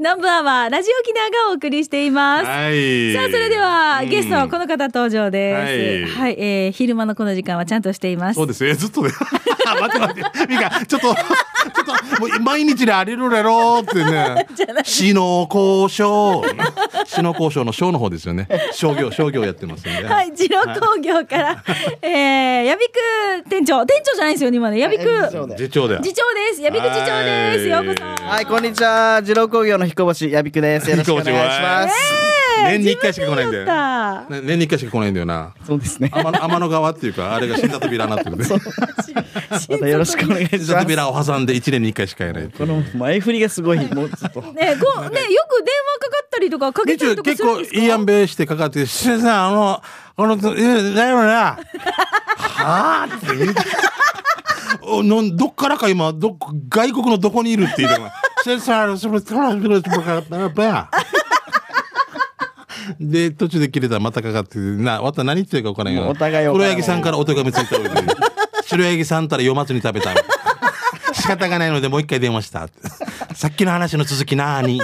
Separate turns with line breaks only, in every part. ナンバーはラジオ沖縄がお送りしています。
はい。
さあ、それでは、
うん
ゲストはこの方登場です。は、
はい
えー昼間のこの時間はちゃんとしています
そう。ですよ。えずっとね。 待って待って。ミカ、ちょっと、ちょっと、もう毎日で荒れるだろうってね。市の交渉。市の交渉の省の方ですよね。商業、商業やってますんで。
はい、次郎工業から、えー、やびく店長、店長じゃないですよね、今ね、やびく。
次長だよ。
次長です。やびく次長です。よ
は
う
い
こそ。
はい、こんにちは。二郎工業の彦星やびくです。よろしくお願いします。
年に一回しか来ないんだよ。ね
だ
年に一回しか来ないんだよな。
そうですね。
天の天の川っていうか、あれが死んだ扉になってるね。死ん
またよろしくお願いし
だ
ます。
扉を挟んで一年に一回しかやらない。
この前振りがすごい、もうちょっと。
ね、こう、ね、よく電話かかったりとか、かけたりとか
結
するん
構
ですか
いいやんべしてかかって、しゅさん、あの、あの、えだよな。はぁって言う。おのどっからか今ど外国のどこにいるって言うのが「先生それそれそれそれそれで途中で切れたらまたかかってなまた何言ってるか分からんよ
もうお互い分
黒
からん
柳さんからお手紙ついたわけで白柳さんたら夜末に食べた仕方がないのでもう一回電話したさっきの話の続きなーに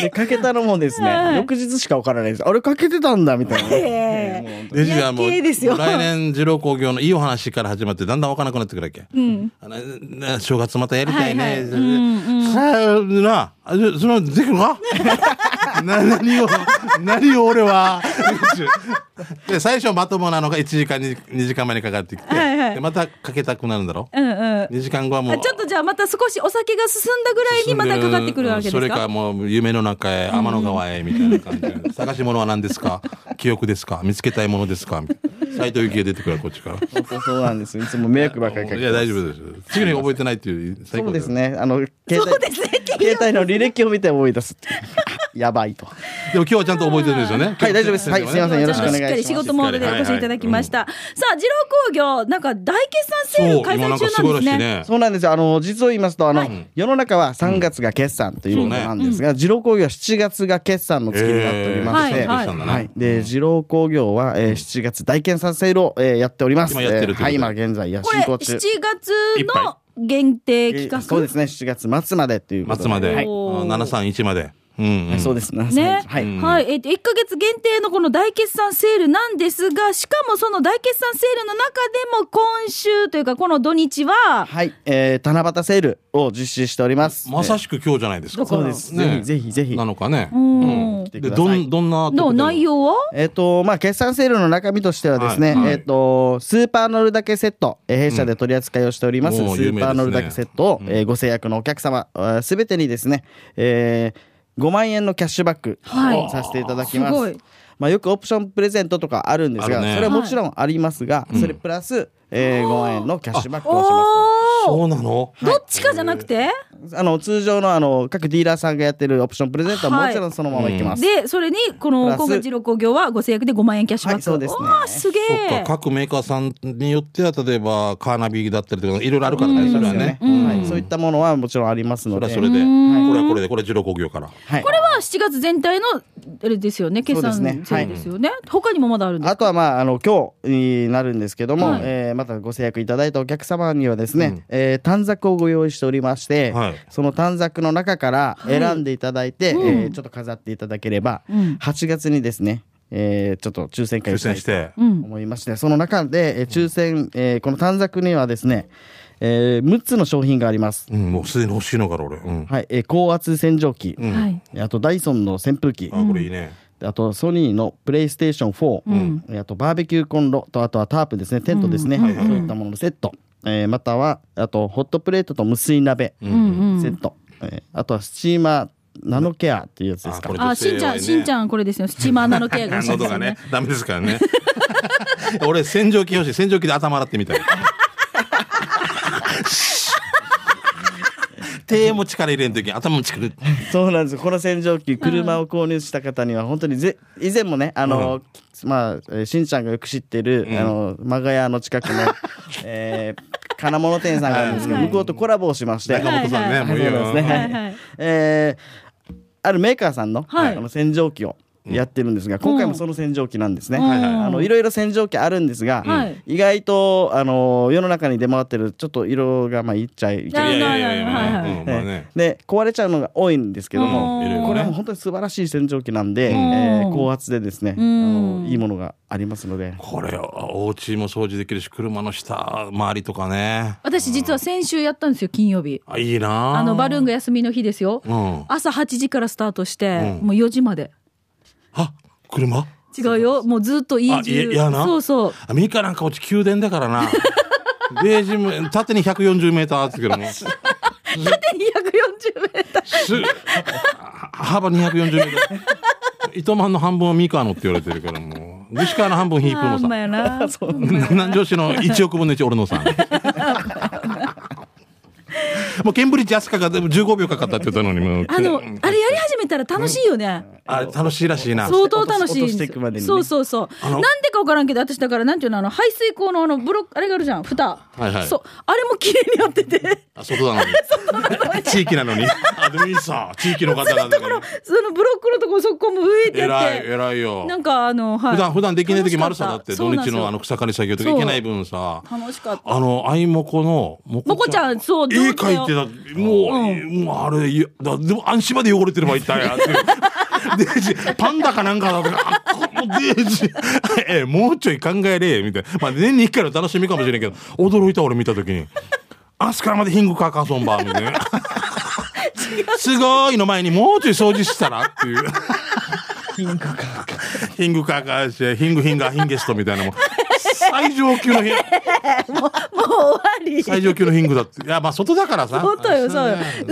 で、かけたのもですね、翌日しかわからないです。あれかけてたんだ、みたいな。
ええ
レジはもう
夜景ですよ
来年二郎工業のいいお話から始まってだんだんわからなくなってくるわけ、あのね正月またやりたいね、
はいはい
それでさあなあじゃそのできるか な何を何を俺はで最初まともなのが1時間 2, 時間前にかかってきて、
はいはい
でまたかけたくなるんだろ、
うんうん。
2時間後はも
あ
う
ちょっとじゃあまた少しお酒が進んだぐらいにまたかかってくるわけですか
そ れかもう夢の中へ天の川へみたいな感じで探し物は何ですか記憶ですか見つけたいものですかみたいな斉藤幸恵出てくるわこっちから
本当そうなんです。いつも迷惑ばっかりかけ
い
て
や
ます
大丈夫です次に覚えてないっていう最
そ
高だ
うで
よ
すね。あの、携
そうで
帯、
すね。
携帯の履歴を見て思い出すっていう。やばいと。
でも今日はちゃんと覚えてるんですよね
はい、大丈夫です。はい、すいません。よろしくお願い
しっかり仕
します
事。モードでお越しいただきました。さあ、二郎工業、なんか大決算セール
そう
開
今なんか
催
す
中な
ご
ん
い
で
ら
す
しい
ね。
ね
そうなんですよ。あの、実を言いますと、あの、世の中は3月が決算ということなんですが、二郎工業は7月が決算の月になっておりまして、
えーはいはい
そうなんだ
は
ね
い。で、二郎工業は、えー7月大検査セールを、えーやっております。
今やってるとい
え
うこと
ー
で
はい、今現在、や
これ、
進行中
7。月の限定企
えー
画。
そうですね、7月末までということ
松まで
はい。
おー
731までうんうん
そうですね。
ね。
はい。
はい。えっと、1ヶ月限定のこの大決算セールなんですが、しかもその大決算セールの中でも今週というかこの土日は、
はい、えー、七夕セールを実施しております。
まさしく今日じゃないですか
そうです。
ね
ぜひぜひぜひ
な。のかね
うん
うん
来て
で
ください
どんどんな
の内容は
えっ、と、まあ、決算セールの中身としてはですね、
はいはい
えっ、と、スーパーノルだけセット、えー弊社で取り扱いをしております、
うんおー
スーパーノルだけセットを、
有名ですね
えーご制約のお客様、すべてにですね、えー5万円のキャッシュバック
はい
をさせていただきますす。
ごい
まあ、よくオプションプレゼントとかあるんです
あ
が、
るね
それはもちろんありますが、それプラス、えー5万円のキャッシュバックをします。
おー
そうなの
どっちかじゃなくて
あの通常のあの各ディーラーさんがやってるオプションプレゼントは
はい
もちろんそのままいきます。
で、それに、この
プラス
今回、二郎工業はご制約で5万円キャッシュバック。
はいそうですね
おーすげ
そっ
え
か。各メーカーさんによっては例えばカーナビだったりとかいろいろあるからねそれはね
はい、そういったものはもちろんあります
そ
の
れ
で。
はそれでこれはこれでこれ二郎工業から
はい
これは7月全体の、あれですよね、決算
そうですね
セールですよね。他にもまだあるんです
あとはまああの今日になるんですけども、
はい
えーまたご制約いただいたお客様にはですね、えー短冊をご用意しておりまして、
はい
その短冊の中から
い
選んでいただいて、
うん
えーちょっと飾っていただければ、
うん
8月にですね、えーちょっと抽選会を
抽
した
選
いと
して
うん。
思いましてその中で、えー抽選、えーこの短冊にはですね、えー6つの商品があります。
うんもうすでに欲しいのから俺うん
はい、えー高圧洗浄機、
うん
はい。
あとダイソンの扇風機、
あこれいいね
あとソニーのプレイステーション4、あとバーベキューコンロとあとはタープですねテントですね、そういったもののセット、えーまたはあとホットプレートと無水鍋セット、えーあとはスチーマーナノケアっていうやつです
あ
か
これ
あ、
女性
しんちゃ
は
ん、
ね
しんちゃん、これですよ。スチーマーナノケアが欲しいです
喉
よ
が
ね
ね。、ダメですからね。俺、洗浄機欲しい。洗浄機で頭洗ってみ たい。手も力入れんとき、頭も力入れ
そうなんですこの洗浄機車を購入した方には本当にぜ以前もねあの、まあえーしんちゃんがよく知ってる、あのマガヤの近くの、えー、金物店さんがあるんですけど、向こうとコラボをしまして、
中本さん
は
ね、
い
もういい
そう
よ。
ですね、
はいはい
えーあるメーカーさんの,、
はい
あの洗浄機を、やってるんですが、今回もその洗浄機なんですね。
うん
はいはい
あのいろいろ洗浄機あるんですが、
はい
意外とあの世の中に出回ってるちょっと色がまあいっちゃいけ
い
な
な
る
や
いい
い
ほど
やいやいや
はいはい
うんまあね
で壊れちゃうのが多いんですけども、
うん
いろいろね
これはもう本当に素晴らしい洗浄機なんで、
うん
えー高圧でですね、
うん
あのいいものがありますので、
これお家も掃除できるし車の下周りとかね
私実は先週やったんですよ金曜日
あいいな
あのバルーン
が
が休みの日ですよ
うん
朝8時からスタートして
うん
もう4時まで
あ車
違うよもうずっと家
あ
中
いやな
そうそう
あミカなんか落ち宮殿だか らなデージも縦に140メーターあるんですけども
240メータ ー
す幅240メートル。糸満の半分はミカのって言われてるからもう。西川の半分引く
あ
の
ん
さ
ま。や な
南城市の1億分の1俺 のさん。もうケンブリッジアスカが15秒かかったって言ったのにもう。
あのあれやり始めたら楽しいよね
あれ楽しいらしいな。
相当楽しいん
落として
で
い
す
くまでにね
そうそうそう
の
なんでかわからんけど私だからなんていうのあの排水口のあのブロックあれがあるじゃん蓋
はいはい
そうあれも綺麗にやってて
あ、外なのに。地域なのに。あ、でもいいさ。地域の方なんだから。
そのブロックのとこそこも上ってやっ
偉い、
て
偉いよ。
なんかあの、はい、
普段、普段できない時もあ
楽
る
し
さ。
か
だ
っ
ったて、土日
そう
の
な
あ
ん
の
です
草刈り作業とか
そう
いけない分さ。
よ楽しかった
あの、あいもこの、も
もこちゃんそう
絵
上手だ
描い
よ
てた。もう、もうあれ、いや、だでも、安心まで汚れてれば 一体。デージ、パンダかなんかだとか、あこのデー ジ、え、もうちょい考えれえ、みたいな。まあ、年に一回の楽しみかもしれんけど、驚いた俺見たときに、明日からまでヒングカーカーソンバー、みたいな。すごいの前にもうちょい掃除したらっていう。ヒングカーカーして、ヒングヒンガーヒンゲストみたいなもん。最上級のヒン
もう終わり
最上級のヒングだって。いや、まあ、外だからさ。
本当よそうよ上屋根と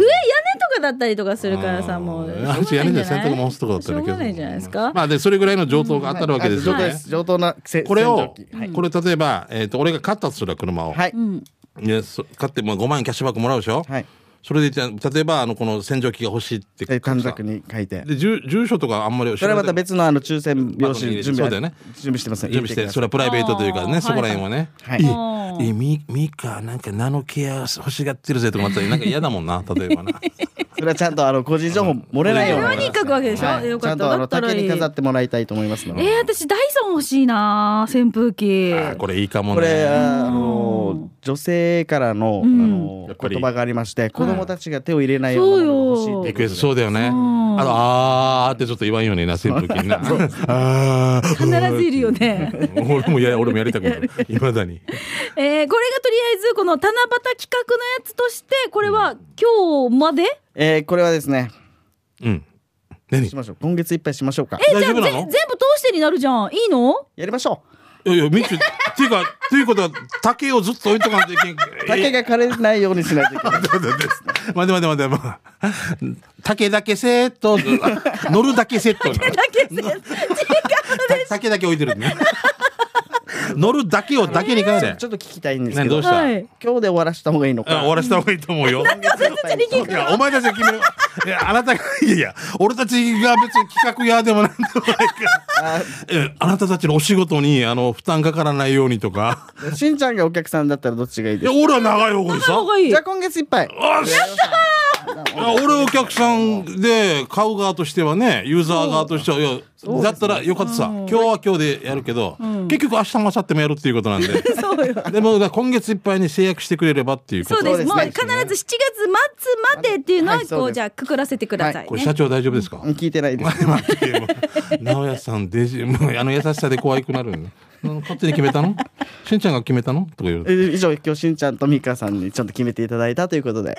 かだったりとかするからさ
うん
もう
あうち屋根じゃ洗濯回すとこだった
しょ
ら
うがないじゃないですか
まあでそれぐらいの上等があったわけですよ
上等
ね
で。す上等なせ洗浄機
これを
はい、
これ例えばえっと俺が買ったとする車を、
はい
ねそ買ってまあ5万円キャッシュバックもらうでしょ。
はい
それでじゃあ例えばあのこの洗浄機が欲しいって
えー短冊
に。
に書いて
で住住所とかあんまり
それはまた
準
別のあの抽選用紙準備
そうだよね
準備してます
備してそれはプライベートというか
あー
ねそこら辺はね。
はい
あー
いいミミカなんかナノケア欲しがってるぜとかなったらなんか嫌だもんな例えばな。
それはちゃんとあの個人情報漏れないよう
上
に
に書くわけでしょ、
はい
よ
ち
か
ゃ
っ
ん
た
とあ
だ
の
ったら
竹
い
に
い
飾ってもらいたいと思いますの
え
で
ー、私ダイソン欲しいなー扇風機
あーこれいいかも
これ
ね。
あの女性からの,、
ん
や
あ
っぱ
の
り
言葉がありまして子供たちが手を入れないようなものが欲しい
リク
ってい
エ
う
スト
こと
そうだよね。あ
ん
のあーってちょっと言わんよねな扇風機にな。 あー
必ずいるよね
俺もや俺もやりたくない いまだに
えー、これがとりあえずこの七夕企画のやつとしてこれは今日まで
でえーこれはですね
うん何
しましょう今月いっぱいしましょうか
え
大
じゃあ
丈夫
ぜ
な
全
の
部通してになるじゃんいいの
やりましょう
いやいやみっちゅっていうかっていうことは竹をずっと置いとかんといけん
竹
が
が枯れないようにしないといけない
待て待て待て待て竹だけセット乗るだけセット
だけです違う
竹だけ置いてるね 乗るだけをだけに変えれ
ちょっと聞きたいんですけ
何ど
ど
う
今
した
はい
日で終わらした方がいいの
あ終
か
わらせた方がいいと思 うよいやお前たちが決めるいやあなたがいやいや俺たちが別に企画やでもなんでもないから
あ
えあなたたちのお仕事にあの負担かからないようにとか。
しんちゃんがお客さんだったらどっちがいい
い
で
や、
すか
俺は長い方がいいさ
方。がいい
じゃあ今月いっぱい
あしあ俺お客さんで買う側としてはねユーザー側としてはいやだったらよかったさ今日は今日でやるけど結局明日も明後日もやるっていうことな んで
そうよ
でもだから今月いっぱいに制約してくれればっていうこ
そう
と
です
そうですね
もう必ず7月末までっていうのは
はい
こ
そう
う
です
じゃあくくらせてください
これ
ね
社長大丈夫ですか
うん聞いてないです
まあいやもう直哉さんデジもうあの優しさで怖くなるね勝手に決めたのしんちゃんが決めたのとか言う
えー以上今日しんちゃんとみかさんにちゃんと決めていただいたということで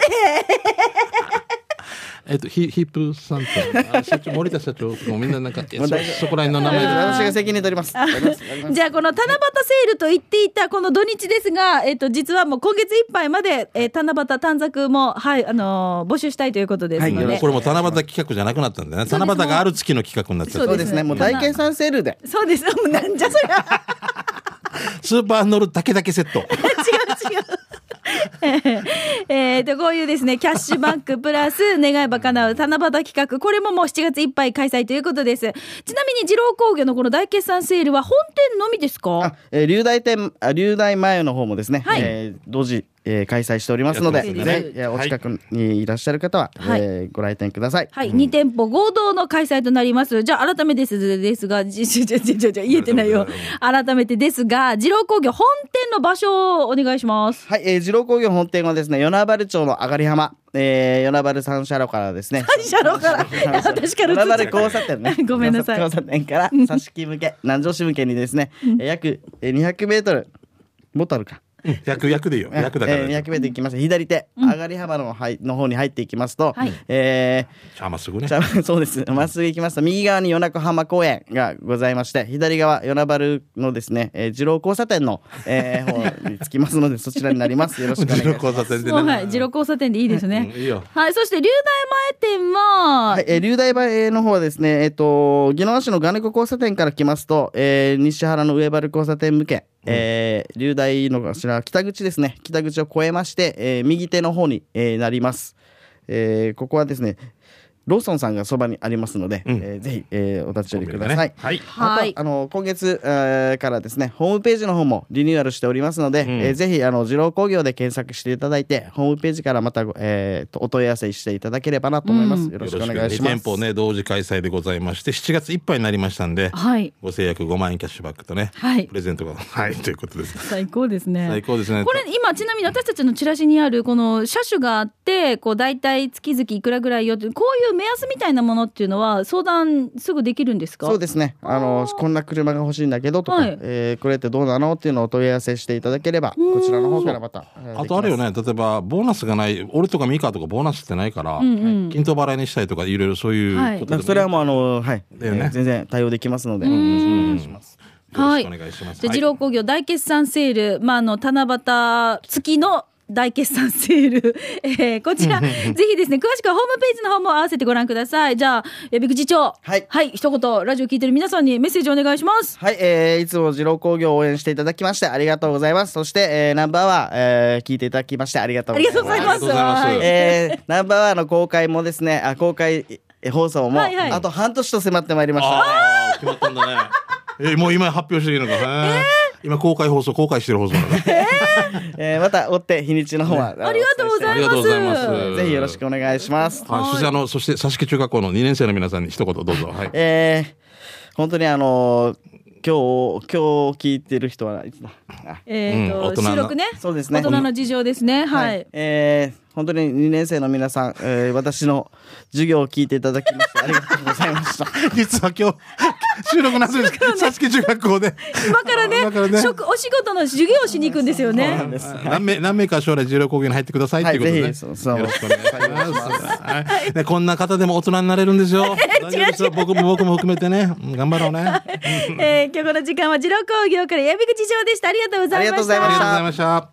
えっと、ヒヒップさんとあ社長森田社長とかもみんななんかいやそ
大丈夫
そこら辺の名前で
私が責任取りますやりますやります
じゃあこの七夕セールと言っていたこの土日ですが、えっと実はもう今月いっぱいまで、えー、七夕短冊も、はいあのー募集したいということですので、
これも七夕企画じゃなくなったんだよね
そう
七
です
夕がある月の企画になっちゃっ
そ
そうう
で
ですす
ね
ねもう大計算セールで
そうですもうなんじゃそりゃ
たスーパー乗るだけだけセッ ト
違う違う。 えー、とこういうですねキャッシュバックプラス願いば叶う七夕企画これももう7月いっぱい開催ということですちなみに二郎工業のこの大決算セールは本店のみですか
あ、えー、流大店あ流大前の方もですね、
はい
えー同時えー開催しておりますので、
やってます
ね
ぜひえーお近くにいらっしゃる方は、
はい
えーご来店ください。
はい、2店舗合同の開催となります。じゃあ、改めてですですが、じ、じ、じ、じ、じ、じ言えてないよ。改めてですが、二郎工業本店の場所をお願いします。
はい、えー、二郎工業本店はですね、与那原町の上がり浜、えー、与那原三社路からで すね、
何しゃろうから。私か
与那
ら
原
映っちゃう、
交差点ね
ごめんなさい
交差点から 挿し木向け、南城市向けにですね、えー約えー200メートル、もっとある
う
か。
ん役役でいいよ
えー
役だから
えー200メートル行きました。左手、上がり浜のはいの方に入っていきますと、
はい
えー
あまあすぐね
じゃあそうです。まっすぐ行きますと、右側に与那子浜公園がございまして、左側、与那原のですね、えー、二郎交差点の、えー、方に着きますので、そちらになります。よろしくお願いし
自
ま
動
す。
交差点で
もうは
ね
い、二郎交差点でいいです
うん
ね。
いいよ
はい、そして、龍大前店は、
はい、えー、流大場の方はですね、えっ、と、宜野湾市の金子交差点から来ますと、えー西原の上原交差点向け、えー、流大の頭、北口ですね、北口を越えまして、えー右手の方に、えーなります。えーここはですね、ローソンさんがそばにありますので、
うん
えーぜひ、えーお立ち寄りください。
ねはい
は
あ
い
と、あの、今月、えーからですね、ホームページの方もリニューアルしておりますので、
ん
えーぜひ、あの、二郎工業で検索していただいて、ホームページからまたご、えーとお問い合わせしていただければなと思います。よろしくお願いし
二
ま
店
す。
舗ね同時開催でございまして7月いっぱいになりましたんで
はい。
ご制約5万円キャッシュバックとね
はい
プレゼントがはいということです
最高ですね。
最高ですね
これ今ちなみに私たちのチラシにあるこの車種があってこう大体月々いくらぐらいよってこういう目安みたいなものっていうのは相談すぐできるんですか
そうですね。あのこんな車が欲しいんだけどとか、
はい
えーこれってどうなのっていうのをお問い合わせしていただければ、こちらの方からまた。えー
あとあるよ。ね例えばボーナスがない俺とかミカとかボーナスってないから均等払いにしたいとかいろいろそういうこ
できま
とで
すそ
も
れはもうあのはい、
だよね
えー全然対応できますので。
よろしくお願いします
じゃあ二郎工業大決算セール、まあ、あの七夕付きの大決算セール、 えーこちら ぜひですね詳しくはホームページの方も合わせてご覧くださいじゃあえビク次長
はい
一言ラジオ聞いてる皆さんにメッセージお願いします
はい、えーいつも二郎工業を応援していただきましてありがとうございます。そして、えーナンバーワン、えー聞いていただきましてありがとう
あ
ご
り
ざ
が
いま
と
す
うございま
ありがと
すは
うございます
い
えー、ナンバーワンの公開もですね、あ公開え放送も、
はいはい
あと半年と迫ってまいりました。
ああ決まったんだねえもう今発表していいのかへー今公開放送公開してる放送なんだ
えーまた追って日にちの方は、
ありがとうござ
あり
い
がと
ま
う
す
ございます
ぜひよろしくお願いします。
はい、そしてあの、そして、佐敷中学校の2年生の皆さんに一言どうぞ。はい。
えー、本当にあのー今日今日聞いてる人はいつだあ
えー
うん大
と
人の
収録ね
そうですね
大人の事情ですねはい、
えー本当に2年生の皆さん、えー私の授業を聞いていただきましてありがとうございました。
実は今日、収録なすんですけど、佐敷中学校で。
今からね
今からね
職お仕事の授業をしに行くんですよね
です
何名、何名か将来重量工業に入ってくださいっていうことで、ね
はいぜひそうそう
よろしくお願いします。はい、ね、こんな方でも大人になれるんで すよ。大丈夫ですよ僕も、僕も含めてね、うん頑張ろうね。あり
えー、今日この時間は二郎工業から矢口事情でしたありがとうございま
ありがとうご
し
ざい
た
が
まし
とう
た
ございました。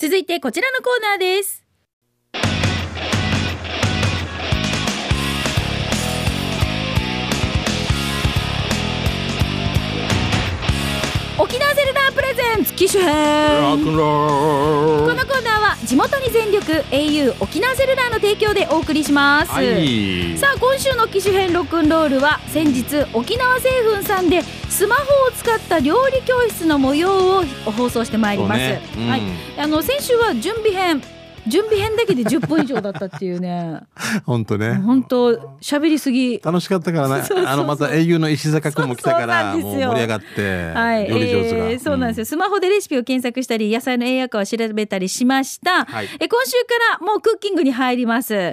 続いてこちらのコーナーです沖縄セルダープレゼンツ機種
ロ
編
ックンロー
こ
ル
のコーナーは地元に全力 au 沖縄セルラーの提供でお送りします、
はい。
さあ今週の機種編ロックンロールは先日沖縄製粉さんでスマホを使った料理教室の模様を放送してまいります、
そうねうん
はい、あの先週は準備編準備編だけで10分以上だったっていう ね
本当ね。
本当喋りすぎ
楽しかったからね。あの、また英雄の石坂君も来たから、
そうそうなん
も
で
う
すよ
盛り上がって、
はい、
料理上手が。
えーそうなんですよ、スマホでレシピを検索したり野菜の栄養価を調べたりしました、
はい
え今週からもうクッキングに入ります、で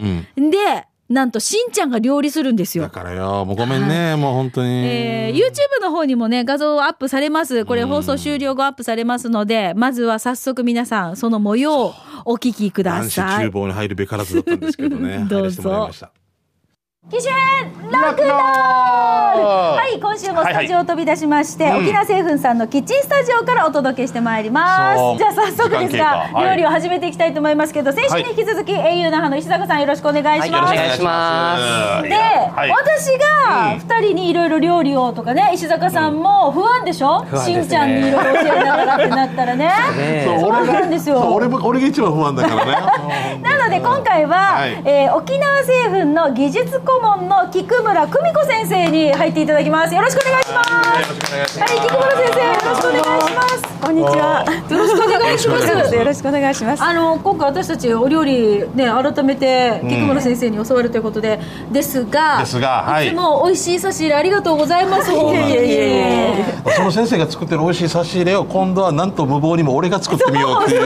なんとしんちゃんが料理するんですよ
だからよ、もうごめんね、もう本当に。
えー YouTube の方にもね画像をアップされますこれ放送終了後アップされますのでまずは早速皆さんその模様をお聞きくだ
男子
さ
厨
い
房に入るべからずだったんですけどね。
ど
入
うぞ
らせてもらいました。
機種編ロックンロールはい今週もスタジオを飛び出しまして、沖縄製粉さんのキッチンスタジオからお届けしてまいります、
そう
じゃあ早速ですが
時間経過はい
料理を始めていきたいと思いますけど先週に引き続き、au 那覇の石坂さんよろしくお願いします、
よろしくお願いします
で、私が2人にいろいろ料理をとかね石坂さんも不安でしょ、
不安
し
ですね
んちゃんにいろいろ教えながらってなったらね
ね
そうそうなんですよ
も 俺が一番不安だからね。
なので今回は、
はい
えー沖縄製粉の技術工顧問の菊村久美子先生に入っていただきますよろしくお願いしますはい菊村先生よろしくお願いします
こんにちは。
よろしくお願いします
よろしくお願いします。
あの今回私たちお料理ね改めて菊村先生に教わるということで、ですが
ですがはい
いつも美味しい差し入れありがとうございます本当に
その先生が作ってる美味しい差し入れを今度はなんと無謀にも俺が作ってみようっていう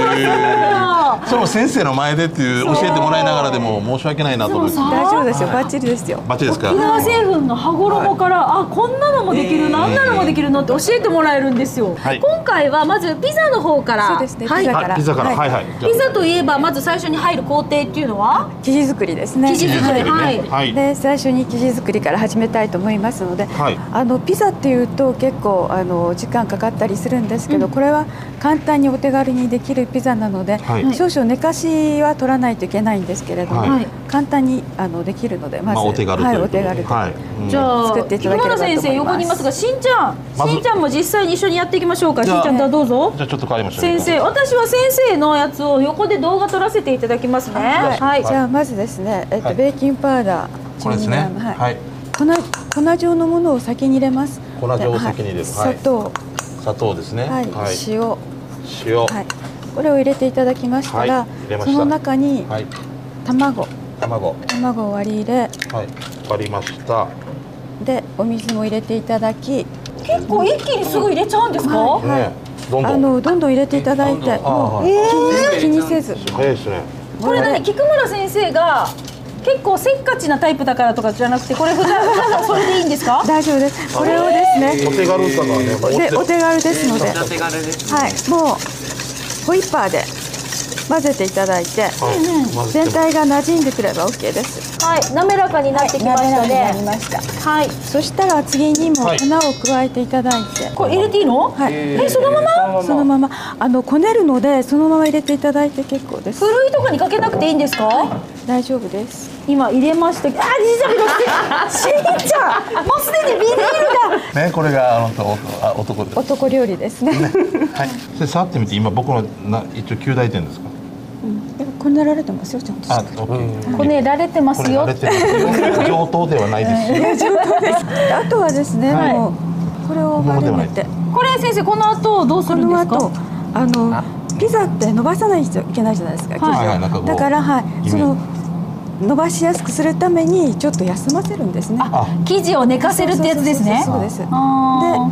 それも先生の前でっていう教えてもらいながらでも申し訳ないなと思って
大丈夫ですよ。バッチリですよ。
バッチリです
沖
か
縄製粉の羽衣から、あこんなのもできる、なんなのもできるのって教えてもらえるんですよ、
はい
今回はまずピザの方から
そうですね
はい、
ピザか
あ
ら
ピザから
は
はい
い
はいじゃ
ピザといえばまず最初に入る工程っていうのは
生地作りですね。
生地
あ
作りはい
はい
で最初に生地作りから始めたいと思いますので、
はい
あのピザっていうと結構あの時間かかったりするんですけど、これは簡単にお手軽にできるピザなので、
はい
少々寝かしは取らないといけないんですけれども、
はい
簡単にあのできるのでま
ま
ず、
あお手軽と
はい
う
い、お
ことで
手軽で、
はいうん
じゃあ
作っていただければと
菊村
思います
先生横にいますがしんちゃん、
まず
しんちゃんも実際に一緒にやっていきましょうかし
じゃあ
んちゃんからどうぞ
じゃあちょっと変わりましょう
先生私は先生のやつを横で動画撮らせていただきますね
はい
はい、
じゃあまずですね、えっと
はい
ベーキングパウダー
これですね
12g はい
はい
粉粉状のものを先に入れます。
粉状を先に入れる
で
は
はいい、砂糖、
砂糖ですね
はい、塩、は
塩
い、これを入れていただきましたら、
はい入れました
その中に
はい
卵、
卵
卵を割り入れ
はい割りました
でお水も入れていただき、
結構一気にすぐ入れちゃうんですか、
は
ねどん
あ
どん
のどんどん入れていただいて、
あ
もう
はい
気にせず、
早いですね
これ
もう
何
ね
菊村先生が結構せっかちなタイプだからとかじゃなくてこれ普段普段はそれでいいんですか
大丈夫です。これをですね、
お手軽さがねもう
でお手軽ですので、
お手軽です
はい、もうホイッパーで混ぜていただいて、
はい混ぜ
全
ても
体が馴染んでくれば OK で す。
はい滑らかになってきましたね
なりました。
はい
そしたら次にもう
はい
粉を加えていただいて、
これ入れていいの、
はい
えそのまま
そのままあのこねるのでそのまま入れていただいて結構です
ふ。るいとかにかけなくていいんですか
大丈夫です。
今入れましたあじいちゃんがし んちゃんもうすでにビニールが
ねこれがあのとあ男です
男料理ですね。
はいで触ってみて今僕のな一応九大点ですか
で もこねられてますよちゃんと。
あ、オッケー。
こねられてま
こ
す
れ
よ
慣れてる。上等ではないですよ。
であとはですね、
はい
もうこれを丸めて、
これ先生この後どうす
こ
るんで
の
すか
後あのピザって伸ばさないといけないじゃないですか。生地を
はいはいなんかこう
だからはい
イ
そ
メ
の
ー
伸ばしやすくするためにちょっと休ませるんですね。
あ、
生地を寝かせるってやつですね
そうそうそうそうです。
あ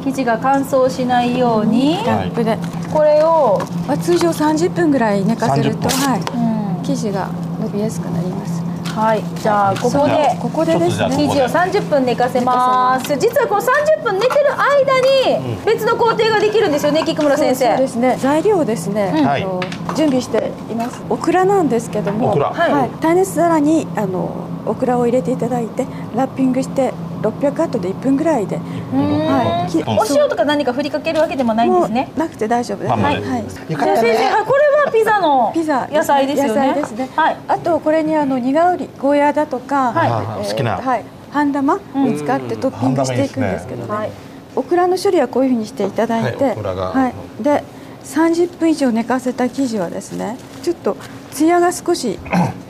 ー生地が乾燥しないように、
ラップで、
これを、
まあ、通常30分ぐらい寝かせると、
30分
はい、
うん
生地が伸びやすくなります。
はい、じゃあここで
ここで
ちょっ
で
とじ
す
ゃあこ
ね。
生地を30分寝かせます実はこの30分寝てる間に別の工程ができるんですよね菊村先
そう
生
ですね。材料をですね、
ん
あの準備しています。オクラなんですけども、
オクラ
はい、耐熱皿にあのオクラを入れていただいてラッピングして600ワットで1分ぐらいで、
は
はいいき
お塩とか何か振りかけるわけでもないん
も
で
う
すね
なくて大丈夫です。
まあまあね
はい。
よ
じゃあ先生あこれはピザの
ピザ
野菜ですよね
野菜ですね。
はい
あとこれにあの苦瓜ゴーヤーだとか、
はい
えー
好きな
はい半玉を使ってトッピングしていくんですけどね。
はい
オクラの処理はこういうふうにしていただいて、
はいオクラが
いで30分以上寝かせた生地はですねちょっとツヤが 少し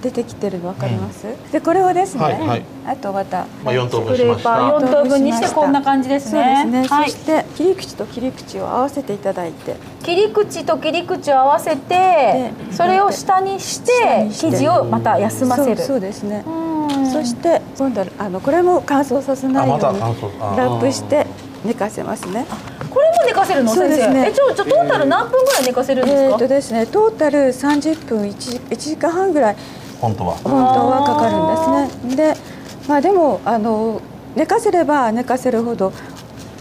出てきてるの分かります、でこれをですね、
はいはい
あとまた
まあ四等分
ク
し
レ
ま
ー
し
パー
た。
4等分にしてこんな感じです
そうですね、
ねはい
そして切り口と切り口を合わせていただいて
切り口と切り口を合わせて
で
それを下にして
下にして
生地をまた休ませる
そうそうですね、
うん
そして今度はあのこれも乾燥させないように
あまた乾燥あ
ラップして寝かせますね
これも寝かせるの
そう
先
です
生
ね
えちょちょトータル何分ぐらい寝かせるんです
え
か
ーとですねトータル30分 1, 1時間半ぐらい
本当は。
本当はかかるんですねでまあでもあの寝かせれば寝かせるほど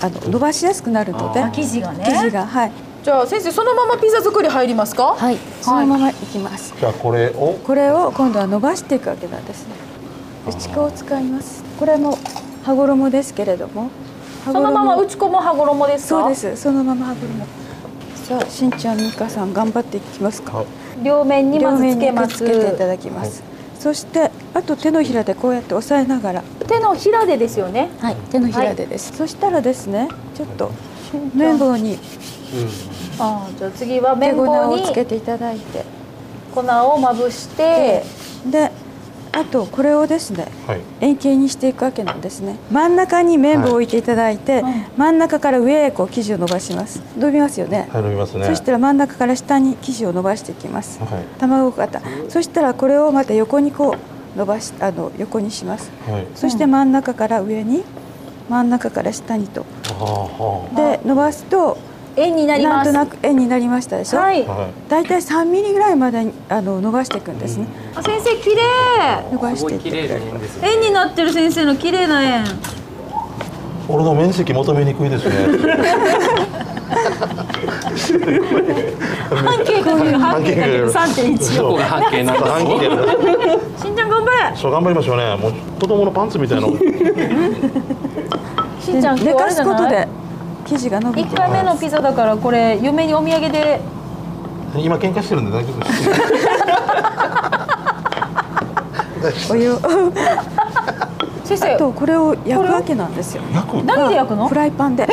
あの伸ばしやすくなるので
あ生地がね
生地がはい、
じゃあ先生そのままピザ作り入りますか
はい、そのままいきます
じゃあこれを
これを今度は伸ばしていくわけなんですね内子を使いますこれも羽衣ですけれども
そのまま
羽
打ち込む羽衣ですか
そうですそのまま羽衣さあしんちゃん美香さん頑張っていきますか、
はい
両面にま
両
ず
面
つけ
にく
ま
っ
す
つけていただきます、そしてあと手のひらでこうやって押さえながら
手のひらでですよね
はい、手のひらでです、そしたらですねちょっと綿棒に
あーじゃあ次は
手
綿
粉
棒
を
に
つけていただいて
粉をまぶして
であとこれをですね
はい。
円形にしていくわけなんですね真ん中に綿棒を置いていただいて、真ん中から上へこう生地を伸ばします伸びますよね、
はい、伸びますね。
そしたら真ん中から下に生地を伸ばしていきます、
はい
卵型そしたらこれをまた横にこう伸ばしあの横にします
はい。
そして真ん中から上に真ん中から下にと
は
で伸ばすと
円になり
な
ま
ん
す
となく円になりましたでしょ、
は
あ
い
はあ。はい。
大体3ミリぐらいまでにあの伸ばしていくんですね、
あ先生綺麗
伸ば
す
し
ご
てい
い
って
綺
くれ
麗な
る
円ですね
円になってる先生の綺麗な円
俺の面積求めにくいですね。
半径かける半径かける三点一
どこが半径なんだ
半径だね。
しんちゃん頑張
そう頑張りましょうね。もう子供のパンツみたいな。
れしんちゃん今日
寝
あ
か
れ
す
じゃ
こと
ない
で生地が伸び
一
て
回目のピザだからこれ嫁にお土産で
今喧嘩してるんで大丈夫です。
お 湯を
先
あ
生
とこれを焼くわけなんですよ
焼く。
何で焼くの
フライパンで、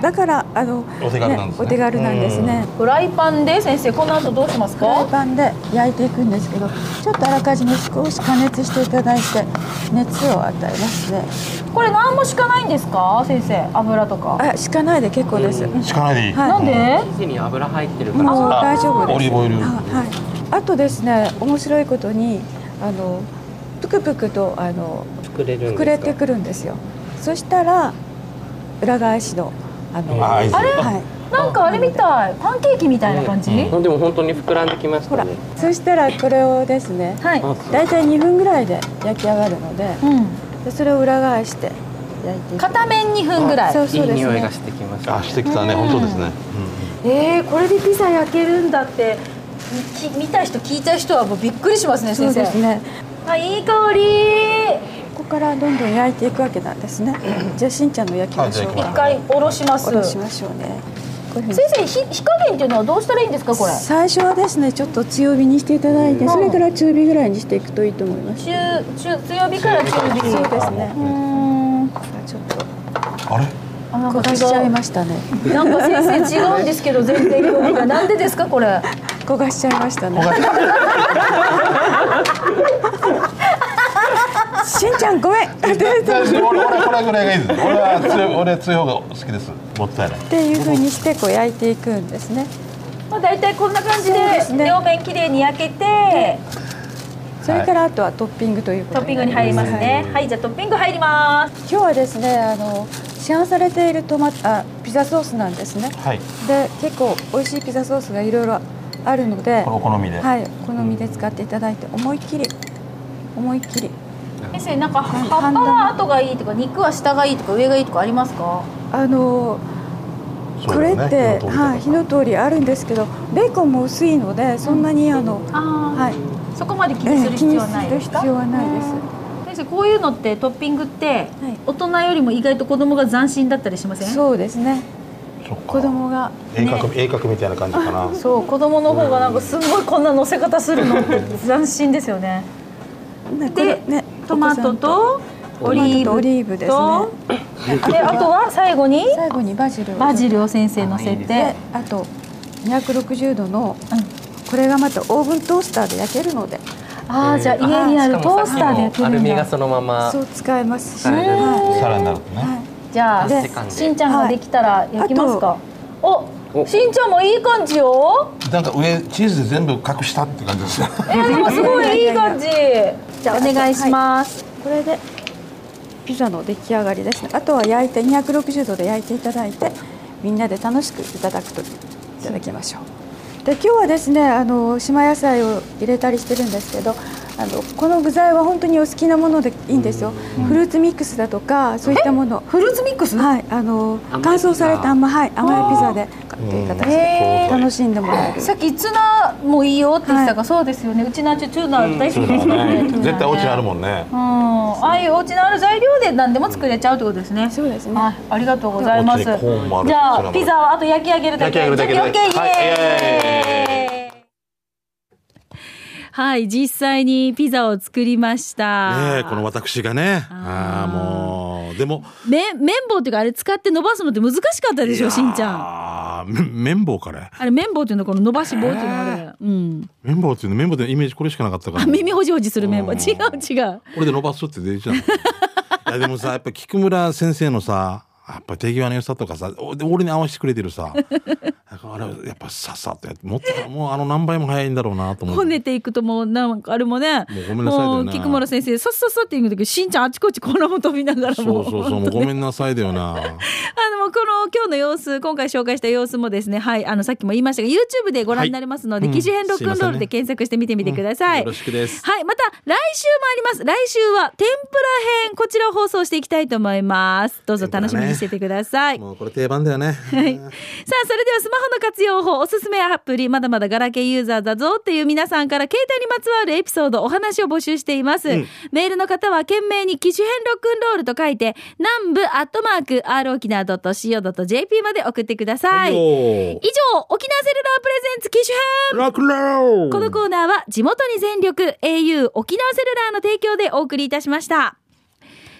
だからあの
お手軽なんですね
お手軽なんですね
フライパンで先生この後どうします
フラ
か
イパンで焼いていくんですけどちょっとあらかじめ少し加熱していただいて熱を与えますね
これ何も敷かないんですか先生油とか
あ敷かないで結構です、はい
しかないでいい。
なんで
生地に油入ってるか
もう
ら
大丈夫です
オリーブオイル
あはい、あとですね面白いことにあのぷくぷくとあの
膨れるん
膨
で
れ
すか
てくるんですよそしたら裏返しのあの
あ合図
はい
なんかあれみたいパンケーキみたいな感じ
あでも本当に膨らんできまし
ほ
た
ら
ね
そしたらこれをですね
はい
あ
大体2分ぐらいで焼き上がるので
うん
でそれを裏返して焼いていく
片面2分ぐらい
そうそう
いい
です
匂い
ね
がしてきました
あしてきたね。本当ですね。
えー、これでピザ焼けるんだってき見た人聞いた人はもうびっくりしますね
そ
先
う
生
ですね
あいい香り
ここからどんどん焼いていくわけなんですねじゃあしんちゃんの焼きましょう
はいじゃあ
一
か
回おろします
おろしましょうねこういうふうに
先生ひ火加減っていうのはどうしたらいいんですかこれ
最初はですねちょっと強火にしていただいてそれから中火ぐらいにしていくといいと思います
中中強火から中火
そうですね
うーん
ちょっと
あれ？
あなん
焦
か
が
違
しちゃいうましたね
なんか先生違うんですけど全然興味が なんでですかこれ
焦がしちゃいましたねしんちゃんごめんっ
俺俺これぐらいがいいです。俺は強い俺強い方が好きです。もったいない。
ていう風にしてこう焼いていくんですね
まあ大体こんな感じで
そうですね
両面きれいに焼けて
それからあとはトッピングということ
トッピングに入りますねはいじゃあトッピング入ります
今日はですねあの市販されているトマあピザソースなんですね
はい。
で結構美味しいピザソースがいろいろあるので
これお好みで。
はいお好みで使っていただいて思いっきり思いっきり
先生なんか葉っぱは後がいいとか肉は下がいいとか上がいいとかありますか
あの
そ
こ
うだ
れ
よ
っ
ね火
て
の通り方
はい火の通りあるんですけどベーコンも薄いのでそんなにあの
あ
はい
いそこまで気
え
にする
え気
必
に
要はない
する
ですか
必要はないです
先生こういうのってトッピングって
はい
大人よりも意外と子供が斬新だったりしません
そうですね
そっか
子供が
鋭角鋭角みたいな感じかな。
そう子供の方がなんかすごいこんな乗せ方するのって斬新ですよね
ねこ
で
れね
トマトとオ
お子さん
リー
と
ブ
オリーブですね
とであとは最後に
最後にバジルを
バジルを先生乗せ
で
て
あと260度の
うん
これがまたオーブントースターで焼けるので
ああじゃあ家にあるトースターで焼け
ア
る
ル
ん
ミが
だ
そのまま
そう使えますし、
使える
は
さらになるとね。
じゃあ
で
しんちゃんができたら焼きますかお
お
しんちゃんもいい感じよ
なんか上チーズで全部隠したって感じですね。
え ー、でもすごいいい感じじゃあお願いします
いこれでピザの出来上がりですねあとは焼いて260度で焼いていただいてみんなで楽しくいただくといただきましょうで今日はですねあの島野菜を入れたりしてるんですけどあのこの具材は本当にお好きなものでいいんですよフルーツミックスだとかそういったもの
フルーツミックス
はいあの
甘いピザ
乾燥された甘,、はい、甘いピザでという形
へ
で
ー
楽しんでもらえる
さっきツナもいいよって言ってたから、そうですよねうちのうちツナ大好きですからね
絶対お家ある
ん
もんね。
うん、ああいうお家のある材料で何でも作れちゃうってことですね。
そうですね
はい、ありがとうございます。じ
お家でコーンもある
ゃあピザはあと焼き上げるだけ。
焼き上げるだけで
オッケーイエ
はい
ーイ。はい、実際にピザを作りました。
ねえこの私がね。ああもうでも。
め綿棒っていうかあれ使って伸ばすのって難しかったでしょしんちゃん
ああめ綿棒から。
あれ綿棒っていうのこの伸ばし棒っていうのあれ、うん。
綿棒っていうの綿棒ってイメージこれしかなかったから
あ耳ほじほじするメンバー。違
う
う違う。
これで伸ばすって出ちゃう いやでもさやっぱ菊村先生のさやっぱ手際の良さとかさおで俺に合わせてくれてるさなんかあれやっぱさっさとやってもっ ともうあの何倍も早いんだろうなと思
こ
う
ねていくともうなんかあれもね
もうごめんなさいだよな
もう菊村先生さっさっさって言う時しんちゃんあちこちコラボ飛びながら
そ
も
うそうそうもうごめんなさいだよ な
あのもうこの今日の様子今回紹介した様子もですねはいあのさっきも言いましたが YouTube でご覧になれますので、
はい
機種編ロックンロール
うんすいませんね
で検索して見てみてください、
よろしくです
はいまた来週もあります来週は天ぷら編こちらを放送していきたいと思いますどうぞ楽しみにしててください、
もうこれ定番だよね
はい。さあ、それではスマホの活用法、おすすめアプリ、まだまだガラケーユーザーだぞっていう皆さんから携帯にまつわるエピソード、お話を募集しています。メールの方は懸命に機種変ロックンロールと書いて、南部アットマーク、r 沖縄 .co.jp まで送ってください。以上、
よ
沖縄セルラープレゼンツ機種編
ロックンロール
このコーナーは地元に全力 au 沖縄セルラーの提供でお送りいたしました。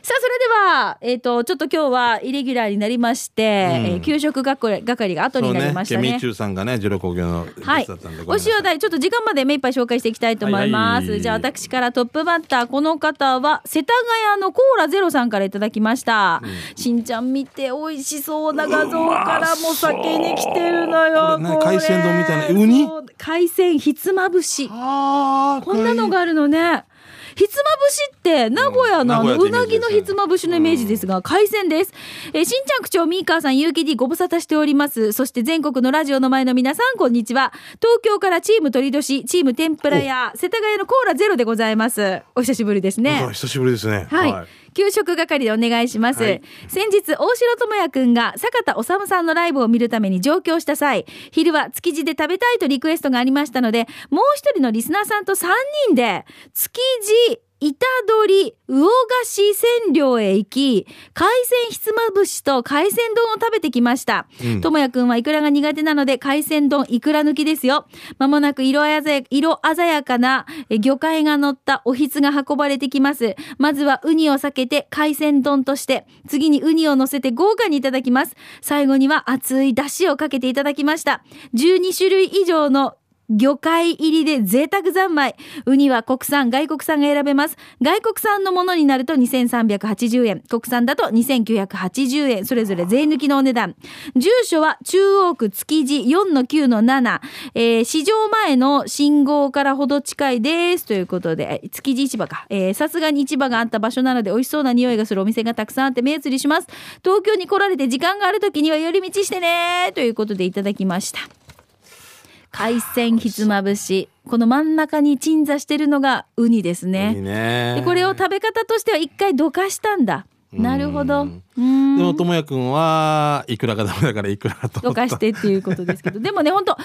さあ、それでは、えっ、と、ちょっと今日はイレギュラーになりまして、
うん
えー給食係係が後
そ
に
う
なり
ね
まし
ケ
た
ミ
ね
ー。チューさんがねジロ工業のゲス
はい
トだったんで、。
お塩
だ
代、ちょっと時間まで目いっぱい紹介していきたいと思います。
はいはい
じゃあ、私からトップバッター、この方は、世田谷のコーラゼロさんからいただきました。しんちゃん見て、美味しそうな画像からも先に来てるのよ。
うまそうこれね海鮮丼みたいなウニ
そう海鮮ひつまぶし。
あー
こんなのがあるのね。ひつまぶしって名古屋のあの
うん
うなぎのひつまぶしのイメージですが、海鮮です。えー、しんちゃん区長、ミーカーさん、ゆうき D ご無沙汰しております。そして全国のラジオの前の皆さん、こんにちは。東京からチーム鳥年、チーム天ぷら屋、世田谷のコーラゼロでございます。お久しぶりですね。
なんか久しぶりですね
はい。給食係でお願いします。
はい
先日、大城智也くんが坂田修さんのライブを見るために上京した際、昼は築地で食べたいとリクエストがありましたので、もう一人のリスナーさんと3人で、築地、板取、魚菓子千両へ行き、海鮮ひつまぶしと海鮮丼を食べてきました。
うん
ともやくんはいくらが苦手なので、海鮮丼いくら抜きですよ。まもなく色鮮や色鮮やかなえ魚介が乗ったおひつが運ばれてきます。まずはウニを避けて海鮮丼として、次にウニを乗せて豪華にいただきます。最後には熱い出汁をかけていただきました。12種類以上の魚介入りで贅沢三昧。ウニは国産、外国産が選べます。外国産のものになると2380円。国産だと2980円。それぞれ税抜きのお値段。住所は中央区築地4-9-7。えー、市場前の信号からほど近いです。ということで、築地市場か。えー、さすがに市場があった場所なので美味しそうな匂いがするお店がたくさんあって目移りします。東京に来られて時間がある時には寄り道してねということでいただきました。海鮮ひつまぶし。この真ん中に鎮座してるのがウニです
いい
ね。
ね
でこれを食べ方としては一回どかしたんだ。なるほど。うん
でもともやくんはいくらがダメだからいくらだと
ど
思った
かしてっていうことですけど。 でもね、本当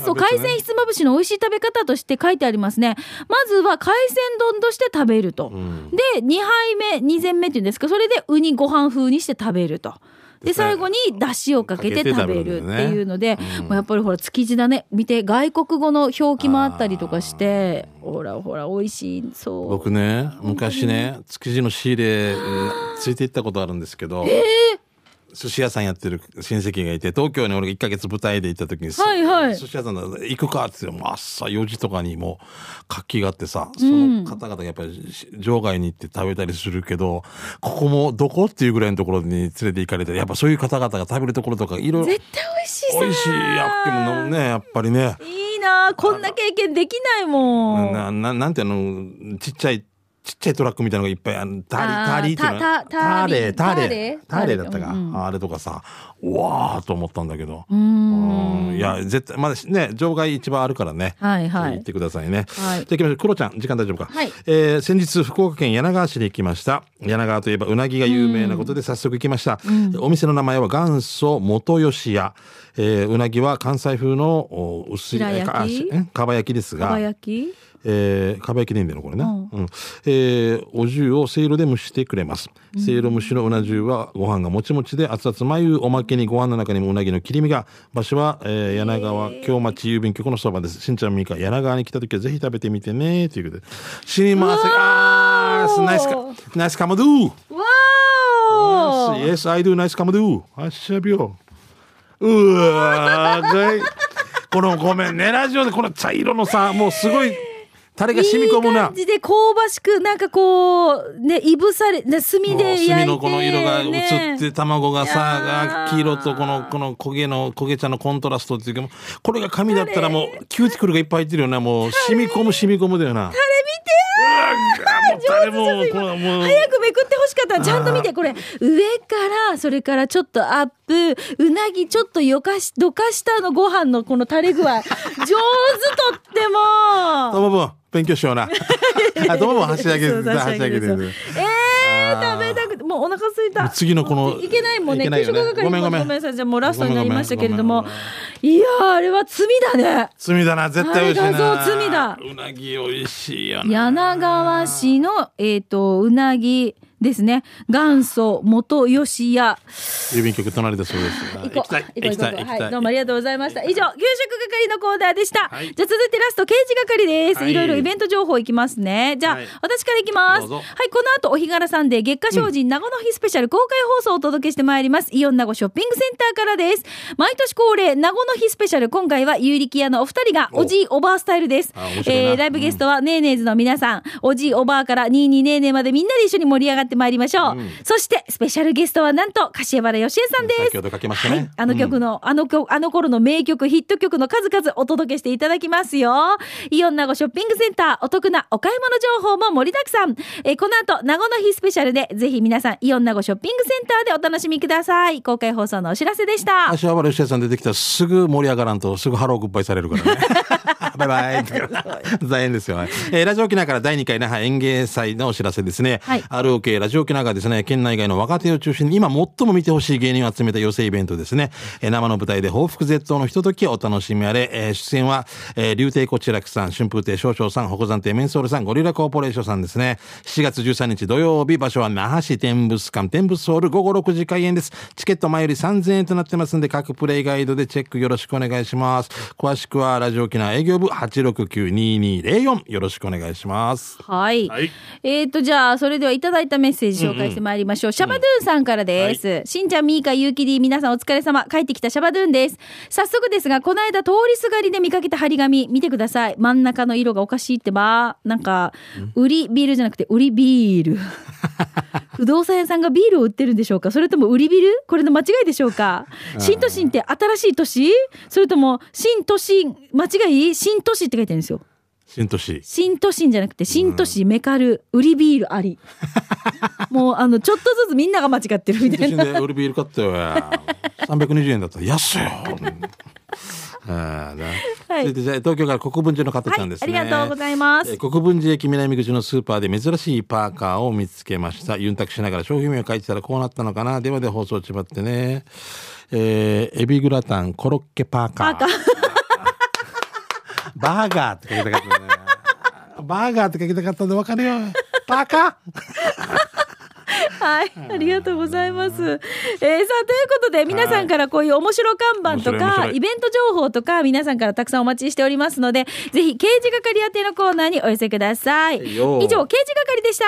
元祖海鮮ひつまぶしの美味しい食べ方として書いてありますね。まずは海鮮丼として食べると。
ん
で、2杯目、2膳目っていうんですか、それでウニご飯風にして食べると。で、
ですね
最後に出汁をかけて食べるっていうので
かけて食べるんだよね、うん
もうやっぱりほら、築地だね。見て、外国語の表記もあったりとかして、ほらほら、美味しい、そう。
僕ね昔ね築地の仕入れうんついて行ったことあるんですけど、寿司屋さんやってる親戚がいて東京に俺が1ヶ月舞台で行った時に、
はいはい
寿司屋さんだ行くかって言ってもう朝4時とかにもう活気があってさその方々がやっぱりし場外に行って食べたりするけどここもどこっていうぐらいのところに連れて行かれてやっぱそういう方々が食べるところとかいろいろ
絶対美味しいさ。
美味しいやってもねやっぱりね。
いいなあこんな経験できないもん。
なななんてあのちっちゃいちっちゃいトラックみたいなのがいっぱいあのタ
あー
リタリっていう
た
の
た
タレ
タ
タ
リ
レ
タレ
タレだったか、
うん
あれとかさうわーと思ったんだけど
うーん
うんいや絶対まだね場外一番あるからね
はいは
行っ
い。
てくださいね。
はい
じゃあ行きましょう。クロちゃん、時間大丈夫か。
はい
えー先日、福岡県柳川市に行きました。柳川といえば、うなぎが有名なことで早速行きました。お店の名前は元祖元吉屋。えーうなぎは関西風のお薄い、
白焼き
かあしえかば焼きですが、
かば焼き
えー、かば焼きでいいんだよなこれね、
う
うんんえーお重をせいろで蒸してくれますせいろ蒸しのうな重はご飯がもちもちで熱々眉おまけにご飯の中にもうなぎの切り身が場所は、えー柳川京町郵便局のそばですしんちゃんみーか柳川に来た時はぜひ食べてみてねということで死にませんあーナイスかナイスカマドゥ
わーお
Yes, I do. Nice come do. あっしゃびょう。うわー、かい。このごめんねラジオでこの茶色のさもうすごいタレが染み込む
いい
な
感じで香ばしく、なんかこう、ね、いぶされ、ね、炭
もう
で焼いて、ね。
炭のこの色が映って卵が
い
さ
やー
黄色とこのこの焦げの焦げ茶のコントラストっていうかもうこれが紙だったらもうキューティクルがいっぱい入ってるよなもう染み込む染み込むだよなタレ見てもうタレもうこのもう
早くめくってほしかったちゃんと見てこれ上からそれからちょっとアップうなぎちょっとよかしどかしたのご飯のこの垂れ具合上手とっても
トモブン勉強しよ うなあトモブン箸上げ
そう
箸
箸上
上
げ
げ
で
ですす
えー、
あ
食べたくてもうお腹空いた
次のこの
いけないもんね
いけない
給
よ
食
ね
係
ごめんごめん
ごめんなさいじゃあもうラストになりましたけれど
ご
も
めんごめん
いやーあれは罪だね
罪だな絶対美味しいな
あれがそう罪
うなぎ美味しいよな
柳川市のえっ、とうなぎですね元祖元吉屋
郵便局隣だそうです
行こう。
行きたい
行こう
行きたい
行こう
行き
は
た
い。
い
どうもありがとうございました。以上、給食係のコーナーでした。
はい
じゃあ続いてラスト、刑事係です。
はい
い、ろいろイベント情報いきますね。じゃあ、
はい
私からいきます。はい、
どう
この
ぞ
後、お日柄さんで月下精進名護の日スペシャル公開放送をお届けしてまいります。イオン名護ショッピングセンターからです。毎年恒例、名護の日スペシャル、今回はユーリキ屋のお二人が、
お
おじいおばあスタイルです。
あ面白いな
えー、ライブゲストは、ネーネーズの皆さん、おじいおばあから22ネーネーまでみんなで一緒に盛り上がってまいりましょう。そして、スペシャルゲストは、なんと、柏原芳恵さんです。
先ほどかけましたね
はい、あの曲の、あの曲、あの頃の名曲、ヒット曲の数々お届けしていただきますよ。イオン名護ショッピングセンター、お得なお買い物情報も盛りだくさん。えーこの後、名護の日スペシャルで、ぜひ皆さん、イオン名護ショッピングセンターでお楽しみください。公開放送のお知らせでした。
足原吉田さん出てきたらすぐ盛り上がらんとすぐハローグッバイされるから ね。バイバイ。 残念ですよ。はいえーラジオ沖縄から第2回那覇園芸祭のお知らせですね。
はい
ROK ラジオ沖縄がですね、県内外の若手を中心に今最も見てほしい芸人を集めた寄せイベントですね。えー生の舞台で報復絶倒のひとときをお楽しみあれ。えー出演は、えー、竜亭こちらくさん、春風亭少々さん、北山亭メンソールさん、ゴリラコーポレーションさんですね。7月13日土曜日、場所は那覇市天物館、天物ホール午後6時開演です。チケット前より3000円となってますんで、各プレイガイドでチェックよろしくお願いします。詳しくは、ラジオ沖縄営業部869-2204よろしくお願いします。
はい。
はい
えっ、と、じゃあ、それではいただいたメッセージ紹介してまいりましょう。シャバドゥーンさんからです。しんちゃん、みーか、ゆうきり、皆さんお疲れ様。帰ってきたシャバドゥーンです。早速ですが、この間通りすがりで見かけた張り紙、見てください。真ん中の色がおかしいってば、なんか、売りビールじゃなくて、売りビ ール。不動産屋さんがビールを売ってるんでしょうかそれとも売りビルこれの間違いでしょうか新都心って新しい都市それとも新都心間違い新都市って書いてあるんですよ。
新都市。
新都心じゃなくて新都市メカル売りビールあ りもうあのちょっとずつみんなが間違ってる
新
みた
都
いな
心でオルビール買ったよ。320円だったら安いよ。あーな
はい
続いてじゃあ東京から国分寺の方ちゃんですね、
はいありがとうございます
えー国分寺駅南口のスーパーで珍しいパーカーを見つけましたユンタクしながら商品名を書いてたらこうなったのかなではで放送ちまってねえーエビグラタンコロッケパーカー
パーカー
バーガーって書きたかったねバーガーって書きたかったんでわかるよパーカー
はいありがとうございます、えーさあということで皆さんからこういう面白看板と
面白い面
か、
白い
イベント情報とか皆さんからたくさんお待ちしておりますのでぜひ刑事係宛てのコーナーにお寄せください
い
以
よ
上刑事係でした